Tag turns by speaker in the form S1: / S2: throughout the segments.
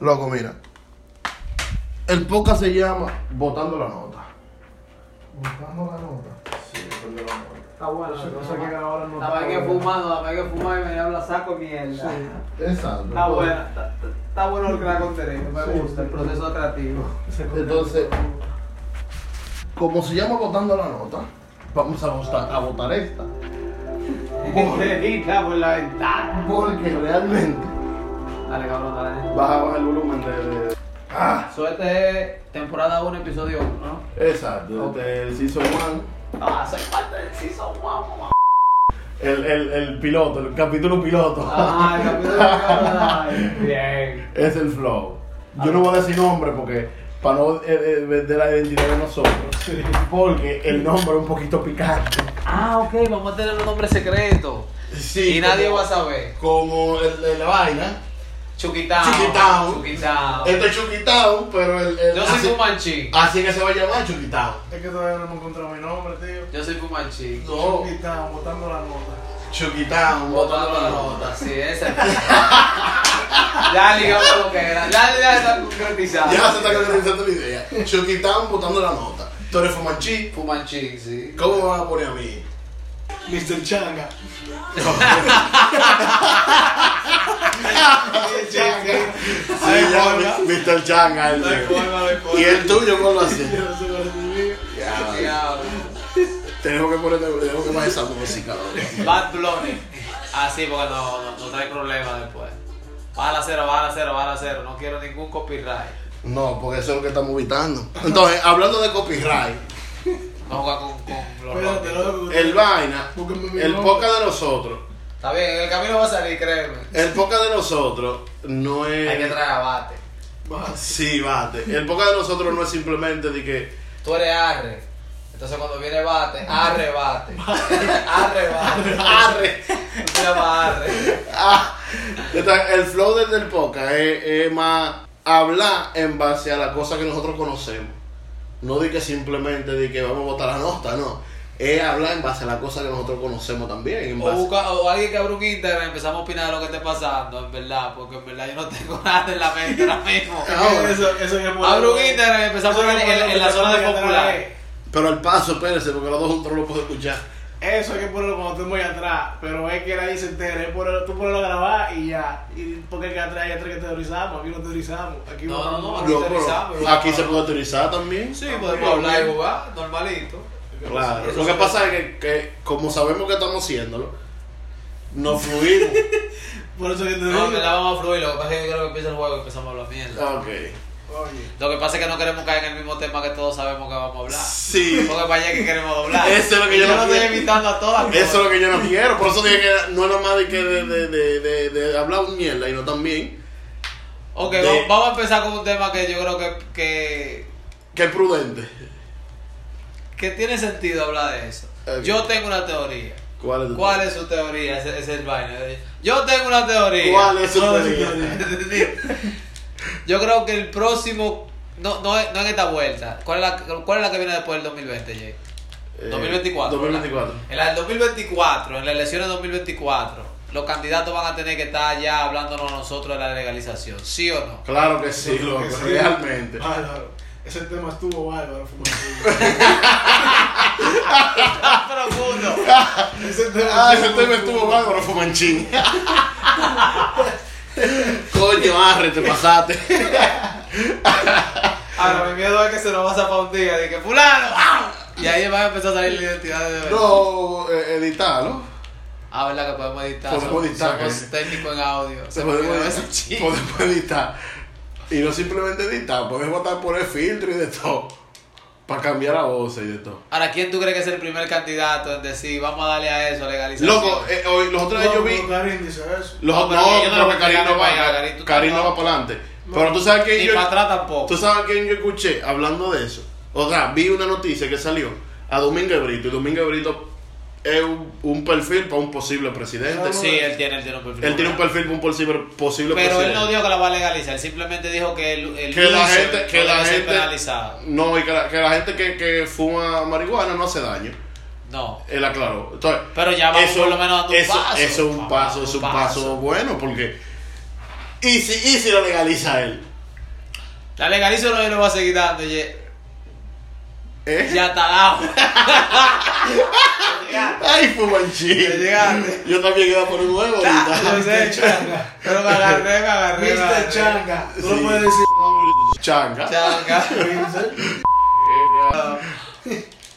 S1: Loco, mira. El podcast se llama Botando la Nota.
S2: Buscando la nota.
S1: Sí, Botando la Nota.
S3: Está bueno.
S2: Yo no sé qué grabar la nota.
S3: La vez que fumado, la vez que fumado y me habla saco mierda.
S1: Exacto.
S3: Está buena, está, está- está bueno el crear contenido, me
S1: Sí.
S3: gusta el proceso creativo.
S1: Entonces, como se llama Botando la Nota, vamos a votar, a votar esta.
S3: Enterita por la ventana.
S1: Porque realmente
S3: Dale, cabrón, dale.
S1: baja baja el volumen de. de- Ah,
S3: Suerte este es temporada 1, episodio 1, ¿no?
S1: exacto.
S3: Ok.
S1: Del Season one,
S3: Ah, soy parte del season 1.
S1: El, el, el piloto, el capítulo piloto.
S3: Ah, el capítulo de ahora. Bien.
S1: Es el flow. Yo no voy a decir nombre porque para no eh, eh, vender la identidad de nosotros. Porque el nombre es un poquito picante.
S3: Ah, ok, vamos a tener un nombre secreto.
S1: Sí,
S3: y nadie
S1: como-
S3: va a saber.
S1: Como el, el- la vaina.
S3: Chuquitao. Eh,
S1: Chuquitao.
S3: Chuquitao.
S1: Este es Chuquitao, pero el. el-
S3: Yo soy
S1: así,
S3: Fumanchi.
S1: así que se va a llamar Chuquitao.
S2: Es que todavía no me encontrado mi nombre, tío.
S3: Yo soy Fumanchi.
S1: No,
S2: Y está botando la nota.
S1: Chuquitao, botando la nota.
S3: Sí, ese. ya ligamos lo que era. Ya, ya está concretizado.
S1: Ya se está caracterizando la idea. Chuquitao botando la nota. Tú eres Fumanchi.
S3: Fumanchi, sí.
S1: ¿Cómo me van a poner a mí?
S2: Mr. Changa.
S1: Sí, ya, mi- Mr. Chang,
S3: No hay
S1: Aldo.
S3: forma, no hay forma.
S1: Y el tuyo, ¿cómo lo haces?
S2: Yo no sé cuál es mi vida.
S1: Ya,
S3: Diablo.
S1: Tenemos que poner, tenemos que bajar esa música, loco.
S3: Bad Bloney. Así, porque no, no, no trae problemas después. Baja la cero, baja la cero, baja la cero. No quiero ningún copyright.
S1: No, porque eso es lo que estamos evitando. Entonces, hablando de copyright,
S3: No juega con, con los
S2: Espérate,
S3: rockers.
S2: loco.
S1: el vaina,
S2: Búscame mi
S1: el
S2: nombre.
S1: poca de nosotros,
S3: Está bien, el camino va a salir, créeme.
S1: el poca de nosotros no
S3: Hay que
S1: es. Ah,
S3: traer abate.
S2: Vas.
S1: Sí, bate. El poca de nosotros no es simplemente de que.
S3: Tú eres arre. Entonces cuando viene bate, arre bate. arre bate.
S1: ¡Arre!
S3: Tú te llamas arre.
S1: Ah. Entonces, el flow del, del poca es, es más hablar en base a la cosa que nosotros conocemos. No de que simplemente de que vamos a botar la nota, no. Es hablar en base a la cosa que nosotros conocemos también. En
S3: O,
S1: base
S3: busca- o alguien que abra un Instagram y empezamos a opinar de lo que esté pasando, en verdad, porque en verdad yo no tengo nada en la mente ahora mismo.
S1: Ahora.
S2: Eso, eso ya es bueno.
S3: Abro un Instagram y empezamos a
S2: Eso ya
S3: poner
S2: es
S3: en,
S2: bueno,
S3: en la
S2: porque
S3: zona
S2: estamos
S3: de
S2: allá
S3: popular.
S2: atrás.
S1: Pero al paso, espérese, porque los dos juntos no lo puedo escuchar.
S2: Eso hay que ponerlo cuando estemos allá atrás, pero es que nadie se entere, es ponerlo- tú ponerlo a grabar y ya. Y porque acá atrás hay atrás que teorizamos, aquí no teorizamos, aquí
S3: No,
S2: vamos-
S3: no, no,
S2: vamos
S1: Yo,
S2: a
S1: pero
S2: teorizar, pero
S1: aquí
S2: vamos
S1: se
S2: a-
S1: puede utilizar también.
S3: Sí, podemos hablar y jugar, normalito.
S1: Claro. Lo que pasa es que, que como sabemos que estamos haciéndolo, nos fluimos.
S2: Por eso que te digo.
S3: No, en verdad vamos a fluir, lo que pasa es que yo creo que empieza el juego y empezamos a hablar mierda.
S1: ok.
S2: Oye,
S3: Lo que pasa es que no queremos caer en el mismo tema que todos sabemos que vamos a hablar.
S1: Sí.
S3: Porque para allá es que queremos doblar.
S1: Eso es lo que
S3: Y
S1: yo no
S3: lo estoy
S1: quiero.
S3: invitando a todas.
S1: Eso es lo que yo no quiero. Por eso dije que no es nada más de, que de, de, de, de- de hablar un mierda, y no también.
S3: Ok,
S1: De-
S3: vamos- vamos a empezar con un tema que yo creo que, que,
S1: Que es prudente.
S3: que tiene sentido hablar de eso.
S1: Ok.
S3: Yo tengo una teoría.
S1: ¿Cuál es tu
S3: ¿Cuál es su teoría? Ese ese es el vaina. Yo tengo una teoría.
S1: ¿Cuál es su
S2: ¿Cuál es tu
S1: teoría?
S3: Yo creo que el próximo. No, no, es- no en esta vuelta. ¿Cuál es, la, ¿Cuál es la que viene después del 2020, Jay?
S1: Eh,
S3: 2024.
S1: 2024.
S3: En la del 2024, en las elecciones del 2024, los candidatos van a tener que estar ya hablándonos nosotros de la legalización. ¿Sí o no?
S1: Claro que sí, Ah.
S2: yo creo
S1: loco,
S2: que sí.
S1: realmente.
S2: Bárbaro. Ese tema estuvo bárbaro, fumando.
S3: profundo.
S2: Ese tema
S1: Ah, ese tema estuvo bárbaro, Fumanchín. Coño, arre, te pasaste.
S3: Ahora, Ah, mi miedo es que se nos va a zapar un día de que fulano. ¡ah! Y ahí va a empezar a salir la identidad de
S1: No, eh, editalo.
S3: Ah, verdad que podemos editar.
S1: Podemos
S3: somos-
S1: editar,
S3: Somos
S1: ¿eh?
S3: técnicos en audio.
S1: Se
S3: Se
S1: podemos
S3: olvidó
S1: editar.
S3: ese chiste.
S1: Eh, Podemos editar. Y no simplemente editar, podemos botar poner filtro y de todo. Para cambiar la voz y de todo.
S3: Ahora, ¿quién tú crees que es el primer candidato en decir vamos a darle a eso legalización?
S1: Loco, eh, hoy, los otros días yo vi.
S2: Karim dice eso.
S1: Los,
S3: No,
S1: no,
S3: pero yo no lo
S1: porque
S3: voy a
S1: Karim no
S3: cambiar para allá,
S1: va,
S3: Karim, tú
S1: Karim no
S3: no.
S1: va para adelante. Pero tú sabes que
S3: Ni
S1: yo.
S3: para atrás tampoco.
S1: ¿Tú sabes a quién yo escuché hablando de eso? O sea, vi una noticia que salió a Domingo Brito. Y Domingo Brito es un, un perfil para un posible presidente.
S3: Sí, él tiene, él tiene un perfil.
S1: Él tiene un perfil para un posible, posible
S3: Pero
S1: presidente.
S3: él no dijo que la va a legalizar, él simplemente dijo que el, el
S1: que la
S3: uso
S1: gente. Que
S3: no
S1: la
S3: debe ser
S1: gente
S3: penalizado.
S1: no, y que la, que la gente que, que fuma marihuana no hace daño.
S3: No.
S1: Él aclaró. Entonces,
S3: Pero ya vamos por lo menos dando un
S1: eso-
S3: paso.
S1: Eso es un
S3: Vamos
S1: paso,
S3: dando
S1: es un
S3: un
S1: paso,
S3: paso.
S1: bueno porque. ¿Y si, y si lo legaliza él?
S3: La legalizo no, yo lo voy a seguir dando. ye-
S1: ¿Eh?
S3: Ya está dado.
S1: Ay, fue buen chiste.
S3: Te llegaste.
S1: Yo también iba por un nuevo ahorita.
S3: Lo sé,
S2: Changa.
S3: Pero me agarré, me agarré. me agarré.
S2: Mr. Changa. Tú
S1: Sí.
S2: lo puedes decir.
S1: Changa.
S3: Changa.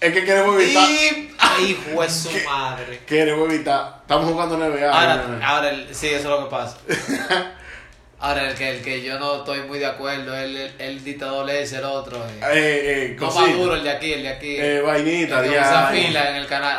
S1: Es que queremos evitar.
S3: Y. Ay, juez su madre.
S1: Queremos evitar. Estamos jugando NBA.
S3: Ahora,
S1: ¿no?
S3: ahora el- sí, eso es lo que pasa. Ahora, el que, el que yo no estoy muy de acuerdo, el, el, el dictador es el otro. eh.
S1: Eh, eh,
S3: No
S1: cosita.
S3: Maduro, el de aquí, el de aquí.
S1: Eh, vainita,
S3: el que usa
S1: ya.
S3: fila en el canal,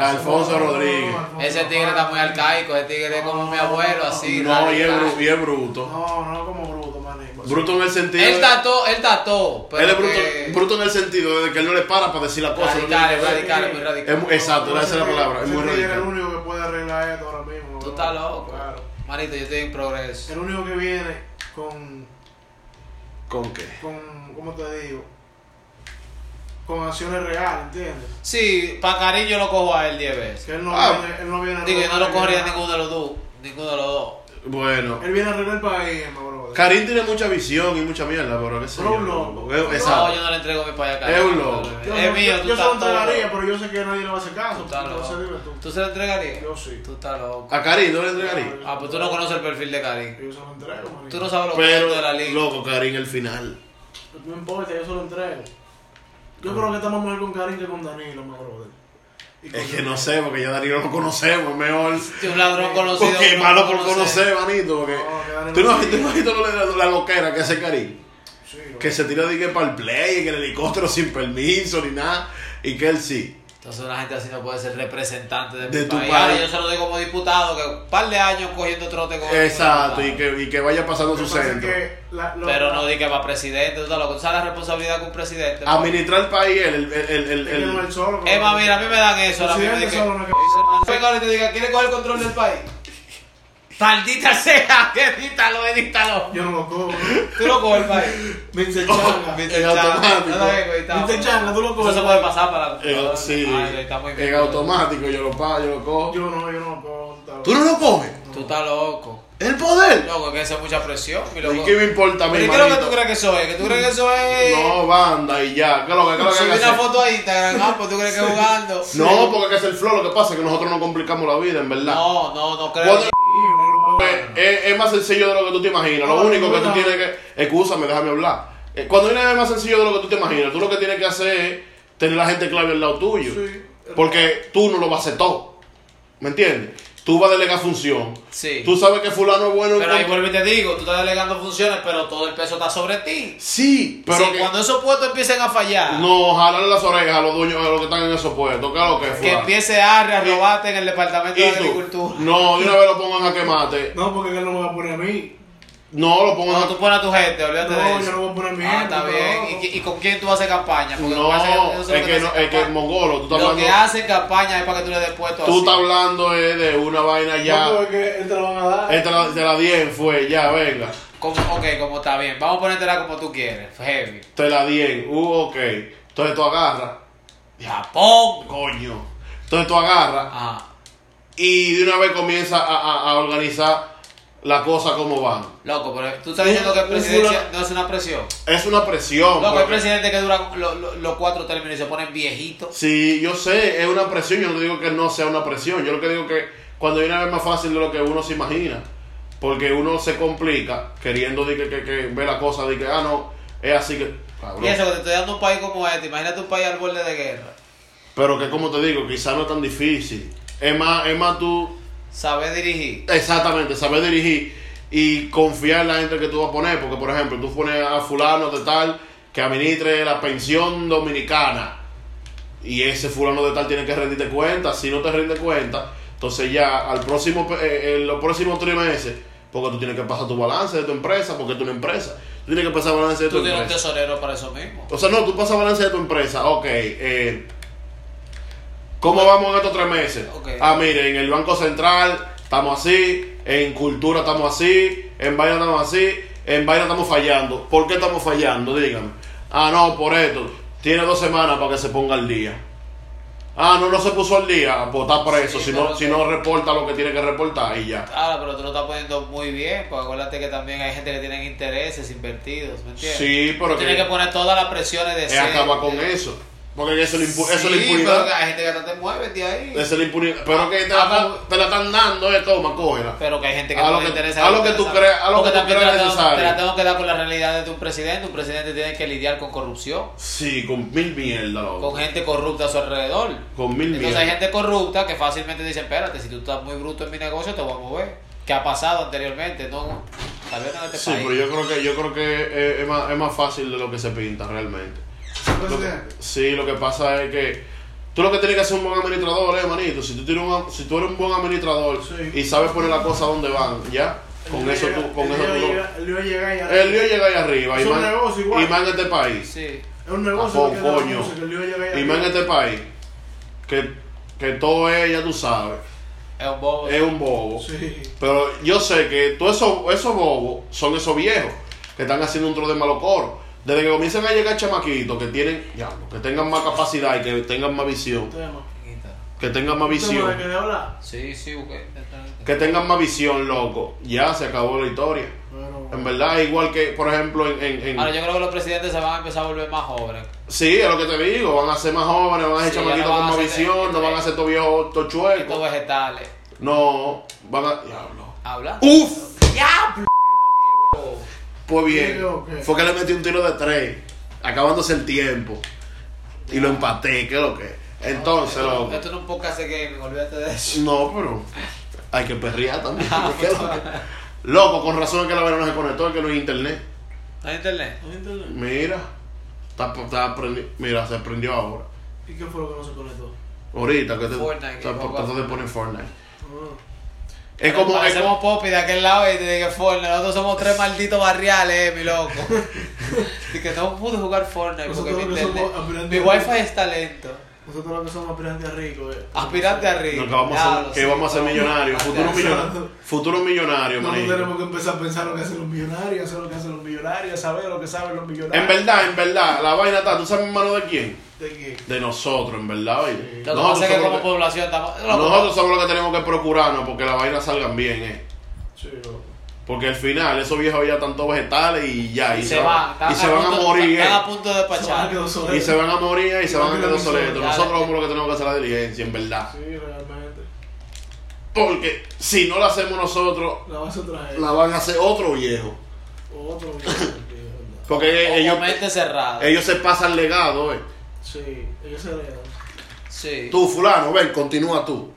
S1: Alfonso Rodríguez.
S3: Ese tigre está muy arcaico, ese tigre es como mi abuelo, así.
S1: No, y es,
S3: radical.
S1: bru- y es bruto.
S2: No, no como bruto, manejo.
S1: Bruto en el sentido.
S3: Él
S1: de-
S3: tató, él tató. Pero
S1: él es bruto,
S3: que-
S1: bruto en el sentido de que él no le para para decir la cosa. no
S3: Radical,
S1: tiene-
S3: es radical, es muy
S1: Es
S3: radical.
S1: mu- exacto, esa es la
S2: Ese
S1: palabra. Es
S2: tigre-
S1: muy
S2: ese tigre Es el
S1: radical.
S2: único que puede arreglar esto ahora mismo.
S3: Tú
S2: ¿no?
S3: estás loco.
S2: Claro.
S3: Manito, yo estoy en progreso.
S2: El único que viene con,
S1: ¿Con qué?
S2: con, ¿cómo te digo? Con acciones reales, ¿entiendes?
S3: Sí, para cariño lo cojo a él 10 veces.
S2: Que él no,
S1: Ah.
S2: viene, él no viene a
S3: Digo, yo no lo
S2: arreglar
S3: corría
S2: nada.
S3: ninguno de los dos. Ninguno de los dos.
S1: Bueno.
S2: Él viene a arreglar el país, mi brother.
S1: Karim tiene mucha visión y mucha mierda, pero qué sé
S2: Pero
S1: yo,
S2: un loco.
S1: Eh, Exacto.
S3: No, yo no le entrego mi paya acá.
S1: Es un loco.
S2: Yo,
S3: Es
S2: no-
S3: mío,
S2: yo,
S3: tú
S2: yo
S3: estás
S2: se lo entregaría,
S3: loco.
S2: pero yo sé que nadie le va a hacer caso.
S3: Tú estás
S2: Entonces, dime
S3: loco.
S2: tú.
S3: ¿Tú se lo entregarías?
S2: Yo sí.
S3: Tú estás loco.
S1: A Karim no le entregaría.
S3: Ah, pues tú no conoces el perfil de Karim.
S2: Yo se lo entrego, marico.
S3: Tú no sabes lo que es de la
S1: Pero,
S3: liga.
S1: loco, Karim el final.
S2: No importa, yo se lo entrego. Yo creo que estamos mejor con Karim que con Danilo, mi brother. Y con-
S1: Es que no sé, porque ya Danilo lo conocemos, es mejor.
S3: Sí, un ladrón conocido.
S1: Porque es
S3: uno
S1: malo
S3: no
S1: por
S3: conoce.
S1: conocer, manito. Porque...
S2: No, que Danilo
S1: ¿Tú no
S2: no
S1: has visto,
S2: tiene.
S1: no has visto lo de la, la loquera que hace Karim?
S2: Sí, loco.
S1: Que se tira de que para el play, que el helicóptero sin permiso ni nada. Y que él sí.
S3: Entonces una gente así no puede ser representante de,
S1: De
S3: mi
S1: tu
S3: país.
S1: país.
S3: Ahora yo se lo digo como diputado, que un par de años cogiendo trote con
S1: Exacto, y
S3: diputado.
S1: que, y que vaya pasando
S2: Lo que
S1: su
S2: pasa es
S1: centro.
S2: que la- lo-
S3: Pero no di que va presidente, tú estás loco. Tú sabes la responsabilidad que un presidente.
S1: Administrar el país, el. el, el, el-
S2: es que no es
S1: el-
S2: el solo,
S3: Es más,
S2: pero-
S3: mira, a mí me dan eso. Ahora mismo
S2: Presidente
S3: de que-
S2: solo, no que-
S3: Venga, ahora y te diga, ¿quiere coger el control del país? Maldita sea, que edítalo, edítalo.
S2: Yo no lo cojo.
S3: Tú lo coges el país.
S2: Mr. Changa.
S1: En automático.
S3: No, no, editamos.
S2: Viste, Changa, tú lo coges.
S3: Eso se puede pasar para la
S1: el-
S3: computadora.
S1: sí,
S3: Ay, lo editamos y
S1: en
S3: Ah, bien.
S1: automático, yo lo pago, yo lo cojo.
S2: Yo no, yo no lo cojo. está
S1: ¿Tú no lo coges?
S3: Tú estás loco.
S1: ¡El poder!
S3: Loco, que eso es mucha presión. Mi
S1: ¿Y
S3: loco.
S1: qué me importa a mí,
S3: Pero ¿y qué es lo que tú
S1: manito?
S3: crees que eso es? ¿Que tú crees que eso es...?
S1: No, banda, y ya. ¿Qué es lo que, qué es lo que hay
S3: Subí
S1: que
S3: una
S1: hacer?
S3: foto a Instagram, ah, pues tú crees que jugando.
S1: No, porque hay que hacer flow. Lo que pasa es que nosotros no complicamos la vida, en verdad.
S3: No, no, no creo.
S1: Cuando-
S3: que-
S2: loco.
S1: es, es- es más sencillo de lo que tú te imaginas. Lo
S2: No,
S1: único que tú
S2: no.
S1: tienes que. Excúsame, déjame hablar. Eh, Cuando viene es más sencillo de lo que tú te imaginas, tú lo que tienes que hacer es tener la gente clave al lado tuyo.
S2: Sí.
S1: Porque tú no lo vas a hacer todo. ¿Me entiendes? Tú vas a delegar función.
S3: Sí.
S1: Tú sabes que fulano es bueno en
S3: Pero ahí
S1: contra-
S3: vuelvo y te digo, tú estás delegando funciones, pero todo el peso está sobre ti.
S1: Sí, pero
S3: Sí,
S1: que-
S3: cuando esos puestos empiecen a fallar,
S1: no jalarle las orejas a los dueños a los que están en esos puestos. ¿Qué es lo que es,
S3: que
S1: fulano?
S3: empiece a robarte en el departamento de
S1: ¿Y tú?
S3: agricultura.
S1: No, de una vez lo pongan a quemarte.
S2: No, porque él no me va a poner a mí.
S1: No, lo pongan
S3: Cuando
S1: a
S3: tú pones a tu gente, olvídate
S2: No,
S3: de
S2: yo
S3: eso.
S2: no voy a poner mi
S3: Ah,
S2: gente,
S3: está bien.
S2: no.
S3: ¿Y, qué- y con quién tú haces campaña? Porque lo que hacen-
S1: No,
S3: eso
S1: es
S3: lo
S1: que, no,
S3: hacen
S1: es que
S3: campaña.
S1: mongolo, tú estás
S3: Lo que
S1: hablando,
S3: hacen campaña es para que tú le des puesto
S1: tú
S3: así.
S1: estás hablando es de una vaina ya. Eh,
S2: No, porque él te lo van a dar.
S1: Esta la- de la 10 fue, ya, venga.
S3: Como- ok, como está bien. Vamos a ponértela como tú quieres. Heavy.
S1: Te la 10, uh, ok. Entonces tú agarras,
S3: Japón. Ah,
S1: coño. Entonces tú agarras
S3: Ajá.
S1: y de una vez comienza a, a- a organizar la cosa como van.
S3: Loco, pero tú estás diciendo que el
S1: Un- un
S3: presidencia
S1: fulano-
S3: no es una presión.
S1: Es una presión.
S3: Loco, hay
S1: porque-
S3: presidentes que duran lo- lo- los cuatro términos y se ponen viejitos.
S1: Sí, yo sé, es una presión. Yo no digo que no sea una presión. Yo lo que digo que cuando viene a ver más fácil de lo que uno se imagina. Porque uno se complica queriendo de que, que, que ve la cosa de que, ah, no, es así que. cabrón.
S3: Y eso, que te estoy dando un país como este. Imagínate un país al borde de guerra.
S1: Pero que, como te digo, quizás no es tan difícil. Es más, es más tú,
S3: Saber dirigir.
S1: exactamente, saber dirigir y confiar en la gente que tú vas a poner. Porque, por ejemplo, tú pones a fulano de tal que administre la pensión dominicana. y ese fulano de tal tiene que rendirte cuenta. Si no te rinde cuenta, entonces ya al próximo, eh, en los próximos trimestres, porque tú tienes que pasar tu balance de tu empresa, porque tú una empresa. Tú tienes que pasar balance de tu
S3: Tú tienes un
S1: empresa.
S3: tesorero para eso mismo.
S1: O sea, no, tú pasas balance de tu empresa. Ok, eh, ¿cómo vamos en estos tres meses?
S3: Ok.
S1: Ah, mire, en el Banco Central estamos así, en cultura estamos así, en vaina estamos así, en vaina estamos fallando. ¿Por qué estamos fallando? Dígame. Ah, no, por esto. Tiene dos semanas para que se ponga al día. Ah, no, no se puso al día, pues está preso.
S3: Sí,
S1: si, no,
S3: pero-
S1: si no reporta lo que tiene que reportar y ya.
S3: Ahora, pero tú lo estás poniendo muy bien, porque acuérdate que también hay gente que tienen intereses invertidos, ¿me entiendes?
S1: Sí, pero
S3: Tú tienes
S1: que-
S3: que poner todas las presiones de
S1: Es acabar con eso. Porque eso es la impu- eso es la
S3: Sí, pero
S1: impunidad.
S3: que hay gente que hasta te mueve de ahí.
S1: Esa es la impunidad. Pero que te la,
S3: Ah,
S1: están- te la están dando, eh, toma, cógela.
S3: Pero que hay gente que
S1: A
S3: no
S1: lo
S3: le
S1: que-
S3: interesa.
S1: a lo que
S3: te
S1: tú
S3: interesa.
S1: creas- a lo
S3: Porque
S1: que tú
S3: también
S1: creas
S3: te la tengo-
S1: necesario.
S3: Te la tengo que dar con la realidad de un presidente. Un presidente tiene que lidiar con corrupción,
S1: Sí, con mil mierda, loco.
S3: con gente corrupta a su alrededor.
S1: Con mil
S3: Entonces
S1: mierda.
S3: hay gente corrupta que fácilmente dice, espérate, si tú estás muy bruto en mi negocio, te voy a mover. ¿Qué ha pasado anteriormente? No, tal vez no en este
S1: Sí,
S3: país.
S1: pero yo creo que, yo creo que eh, es, más, es más fácil de lo que se pinta realmente. Lo que-
S2: Entonces,
S1: sí, lo que pasa es que tú lo que tienes que ser un buen administrador, eh, manito. Si tú, tienes un, si tú eres un buen administrador
S2: Sí.
S1: y sabes poner las cosas donde van, ya. Con
S2: el
S1: eso
S2: lío
S1: tú, con
S2: llega-
S1: eso
S2: el
S1: tú.
S2: lío
S1: lo-
S2: llega- El lío llega y arriba.
S1: El lío llega ahí arriba.
S2: Es
S1: y
S2: un
S1: más,
S2: negocio igual.
S1: y más en este país.
S3: Sí.
S2: Es un
S1: Ah,
S2: negocio. que
S1: con
S2: da la
S1: coño.
S2: música, el lío llega
S1: Y
S2: arriba.
S1: más en este país. Que, que todo es, ya tú sabes,
S3: Es un bobo.
S1: es un bobo.
S2: Sí.
S1: Pero yo sé que todos esos, esos bobos son esos viejos que están haciendo un tro de malo coro. Desde que comiencen a llegar chamaquitos que tienen, ya, que tengan más capacidad y que tengan más visión,
S2: Tema.
S1: que tengan más
S2: Tema de que
S1: visión,
S2: de hablar.
S3: Sí, sí, busqué.
S1: que tengan más visión, loco, ya se acabó la historia.
S2: Pero-
S1: En verdad, igual que, por ejemplo, en... en- en-
S3: Ahora yo creo que los presidentes se van a empezar a volver más jóvenes.
S1: sí, es lo que te digo, van a ser más jóvenes, van a ser
S3: Sí, ya no
S1: chamaquitos
S3: van
S1: con
S3: a
S1: más
S3: ser de-
S1: visión, no van a ser todos viejos, todos
S3: Estos
S1: chuecos.
S3: vegetales.
S1: No, van a... Diablo.
S3: Habla.
S1: ¡Uf!
S3: ¡Diablo!
S1: Pues bien,
S2: Sí, ok.
S1: fue que le metí un tiro de tres, acabándose el tiempo. Y lo empaté, ¿qué es lo que? es? Entonces, loco.
S3: Esto no es un podcast de gaming, olvídate de eso.
S1: No, pero hay que perrear también. ¿qué es lo que? Loco, con razón es que la verdad no se conectó, es que no hay internet.
S3: ¿No hay internet?
S2: ¿No hay internet?
S1: Mira, está, está prendi- mira, se prendió ahora.
S2: ¿Y qué fue lo que no se conectó?
S1: Ahorita que te
S3: Fortnite,
S1: está
S3: que
S1: por
S3: poco a
S1: tratar de
S3: poco.
S1: poner Fortnite.
S2: Ah.
S1: Es como, es
S3: Parecemos
S1: como-
S3: popi de aquel lado y de que Fortnite. Nosotros somos tres malditos barriales, eh, mi loco. y que no pude jugar Fortnite porque
S2: Nosotros
S3: mi,
S2: que
S3: internet,
S2: somos aspirantes
S3: mi
S2: a
S3: wifi
S2: ricos.
S3: está lento.
S2: Nosotros los que somos aspirantes a rico, eh.
S3: Aspirante a rico.
S1: no, que vamos a ser,
S3: Diablo,
S1: que
S3: sí,
S1: vamos a ser
S3: vamos.
S1: millonarios, futuro
S3: Adelante.
S1: millonario, futuro millonario,
S2: No
S1: manito.
S2: tenemos que empezar a pensar lo que hacen los millonarios, hacer lo que hacen los millonarios, saber lo que saben los millonarios.
S1: En verdad, en verdad, la vaina está, ¿tú sabes en mano de quién?
S2: ¿De qué?
S1: De nosotros, en verdad, oye.
S3: Lo que
S1: Nosotros
S3: pasa es que
S1: somos
S3: como
S1: los que-
S3: población estamos...
S1: Nosotros somos los que tenemos que procurarnos porque las vainas salgan bien, eh.
S2: Sí, loco.
S1: Porque al final esos viejos ya están todos vegetales y ya.
S3: y
S1: Y,
S3: se van.
S1: y
S3: están
S1: se van a
S3: punto-
S1: morir,
S3: Están
S1: eh.
S3: a punto de
S2: Se van a
S3: despachar.
S2: quedar solos.
S1: Y se van a morir eh, y se van a quedar soletos.
S3: Ya,
S1: Nosotros
S3: ya.
S1: somos los que tenemos que hacer la diligencia, en verdad.
S2: Sí, realmente.
S1: Porque si no la hacemos nosotros,
S2: La vas a traer.
S1: la van a hacer otro viejo.
S2: Otro millón.
S1: Porque
S3: O- o
S1: Eh, ellos, eh,
S3: mente cerrada.
S1: ellos se pasan legado, eh.
S2: Sí, ellos se le dan.
S3: Sí.
S1: Tú, fulano, ven, continúa tú.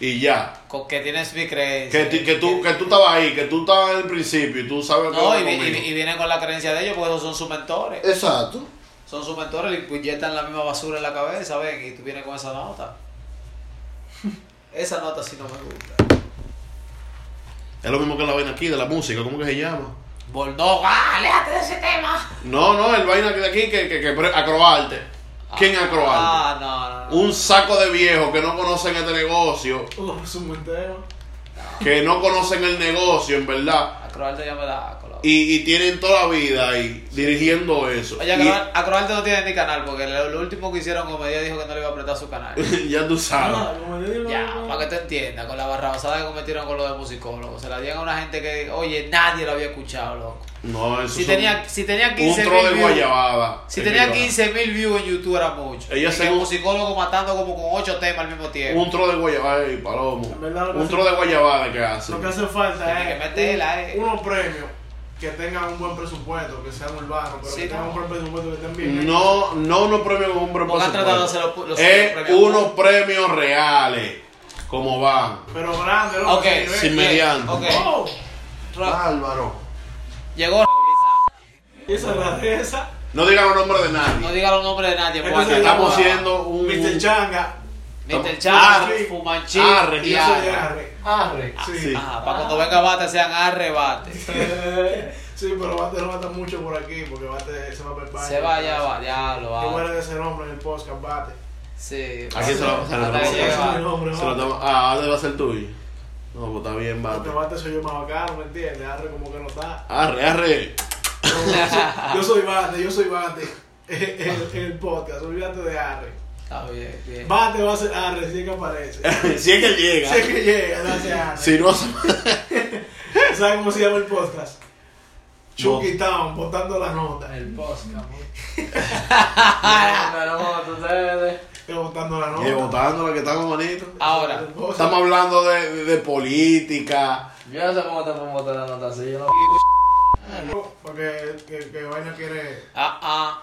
S1: Y ya.
S3: Con que tienes mi creencia.
S1: Que, ti- que tú, que tú estabas ahí, que tú estabas en el principio y tú sabes que
S3: No,
S1: vas
S3: y, vi- y
S1: conmigo.
S3: vi- y vienen con la creencia de ellos porque esos son sus mentores.
S1: Exacto.
S3: Son sus mentores, le inyectan la misma basura en la cabeza, ven, y tú vienes con esa nota. Esa nota sí no me gusta.
S1: Es lo mismo que la vaina aquí de la música, ¿cómo que se llama?
S3: Borno, ¡ah! ¡Aléjate de ese tema!
S1: No, no, el vaina que de aquí que, que, que pre- acroarte. ¿Quién Uh. acroarte?
S3: Ah, no, no, no.
S1: Un saco de viejos que no conocen este negocio,
S2: Oh, es un buen tema.
S1: que no conocen el negocio, en verdad.
S3: Acroarte ya me da asco, loco.
S1: Y, y tienen toda la vida ahí dirigiendo eso.
S3: Oye, Acroal- Acroarte no tiene ni canal porque lo, lo último que hicieron Comedia dijo que no le iba a apretar su canal.
S1: Y- ya tú sabes.
S2: Ah, como yo digo,
S3: Ya,
S2: no,
S3: para que te entiendas, con la barrabasada que cometieron con lo de musicólogos. Se la dieron a una gente que, oye, nadie lo había escuchado, loco.
S1: No, eso
S3: Si
S1: es
S3: tenía, si tenía
S1: un
S3: 15
S1: tro de
S3: mil views,
S1: guayabada.
S3: si
S1: Es
S3: tenía
S1: que
S3: 15 mil views en YouTube era mucho.
S1: Ella
S3: Y que
S1: según-
S3: un psicólogo matando como con 8 temas al mismo
S1: va.
S3: tiempo.
S1: Un tro de guayabada y palomo.
S2: En verdad, lo que
S1: Un
S2: hace-
S1: tro de guayabada que hace.
S2: Lo que hace falta
S3: Tiene
S2: es
S3: que meterla, eh.
S2: unos premios que tengan un buen presupuesto, que sean urbanos, pero
S3: Sí,
S2: que tengan
S3: no.
S2: un buen presupuesto que estén bien. eh.
S1: No, no unos premios con un buen
S3: Porque han tratado de hacer
S1: presupuesto.
S3: los- los
S1: Es
S3: premios.
S1: unos premios reales. Como van.
S2: Pero grande, loco.
S3: Ok,
S2: ese nivel.
S1: Sin mediante.
S3: Ok.
S2: Oh,
S3: Ra-
S1: Álvaro.
S3: Llegó.
S2: esa es la de esa.
S1: No digan los nombres de nadie.
S3: No diga los nombres de nadie. pues,
S2: Entonces,
S3: porque-
S1: Estamos siendo un.
S2: Mr. Changa.
S3: Mr.
S1: Ah,
S3: Chávez,
S2: sí.
S3: Fumanchi
S1: Arre,
S3: y
S1: yo
S2: Eso
S3: Arre.
S2: de Arre.
S1: Arre.
S2: Sí.
S1: Ah, Sí.
S3: Ajá, para cuando venga Bate sean Arre Bate.
S2: sí, pero Bate no mata mucho por aquí porque Bate se va a preparar.
S3: Se va ya, va, ya lo
S2: Que
S3: va.
S2: muere de ese nombre en el podcast, Bate.
S3: Sí.
S1: Aquí se lo- se lo
S3: Hasta que
S1: vamos a
S3: llegue
S1: hacer.
S3: Bate.
S2: Ese nombre,
S1: Se lo
S2: Bate.
S1: tomo- Ah, ahora va a ser tuyo. No, pues está bien,
S2: Porque
S1: bate.
S2: Bate soy yo más bacano, ¿me entiendes? Arre como que no está.
S1: Arre, arre.
S2: Yo soy Bate, yo soy Bate. El, el podcast, olvídate de Arre.
S3: Está bien, bien.
S2: Bate va a ser ah, recién que aparece.
S1: si es que llega.
S2: Sé que llega, gracias.
S1: Si no, se-
S2: ¿Sabes cómo se llama el podcast? Chucky
S1: No.
S2: Town, botando la nota.
S4: El podcast, Pero vos, ustedes.
S2: Yo botando la
S1: y
S2: nota.
S1: votando la que estamos bonitos.
S3: Ahora,
S1: Estamos hablando de, de- de política.
S4: Yo no sé cómo te puedo botar la nota así, yo no.
S2: Porque que, que vaina quiere.
S3: ah, ah.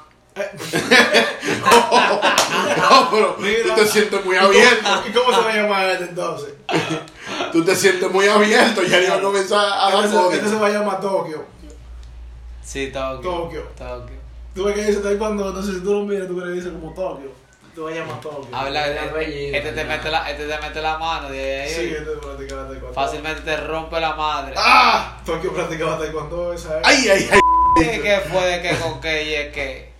S1: No, pero tú te sientes muy abierto.
S2: ¿Y cómo se va a llamar este entonces?
S1: Tú te sientes muy abierto. Ya iba a comenzar Ah, a
S2: Este
S1: dar
S2: se, este se
S1: código.
S2: va a llamar Tokio.
S3: Sí, Tokio.
S2: Tokio.
S3: Tokio.
S2: Tú ves que dice, ahí cuando, no sé si tú lo miras, tú ves que dice como Tokio. Te va a llamar Tokio.
S3: Habla,
S4: Qué apellido,
S3: este, este te
S4: ya.
S3: mete la, este te mete la mano. de ahí.
S2: Sí, este practicaba taekwondo.
S3: Fácilmente te rompe la madre.
S1: ¡Ah!
S2: Tokio practicaba taekwondo, esa es.
S1: ¡Ay, ay, ay!
S3: ¿Qué, qué fue? ¿De qué con qué? ¿Y es que?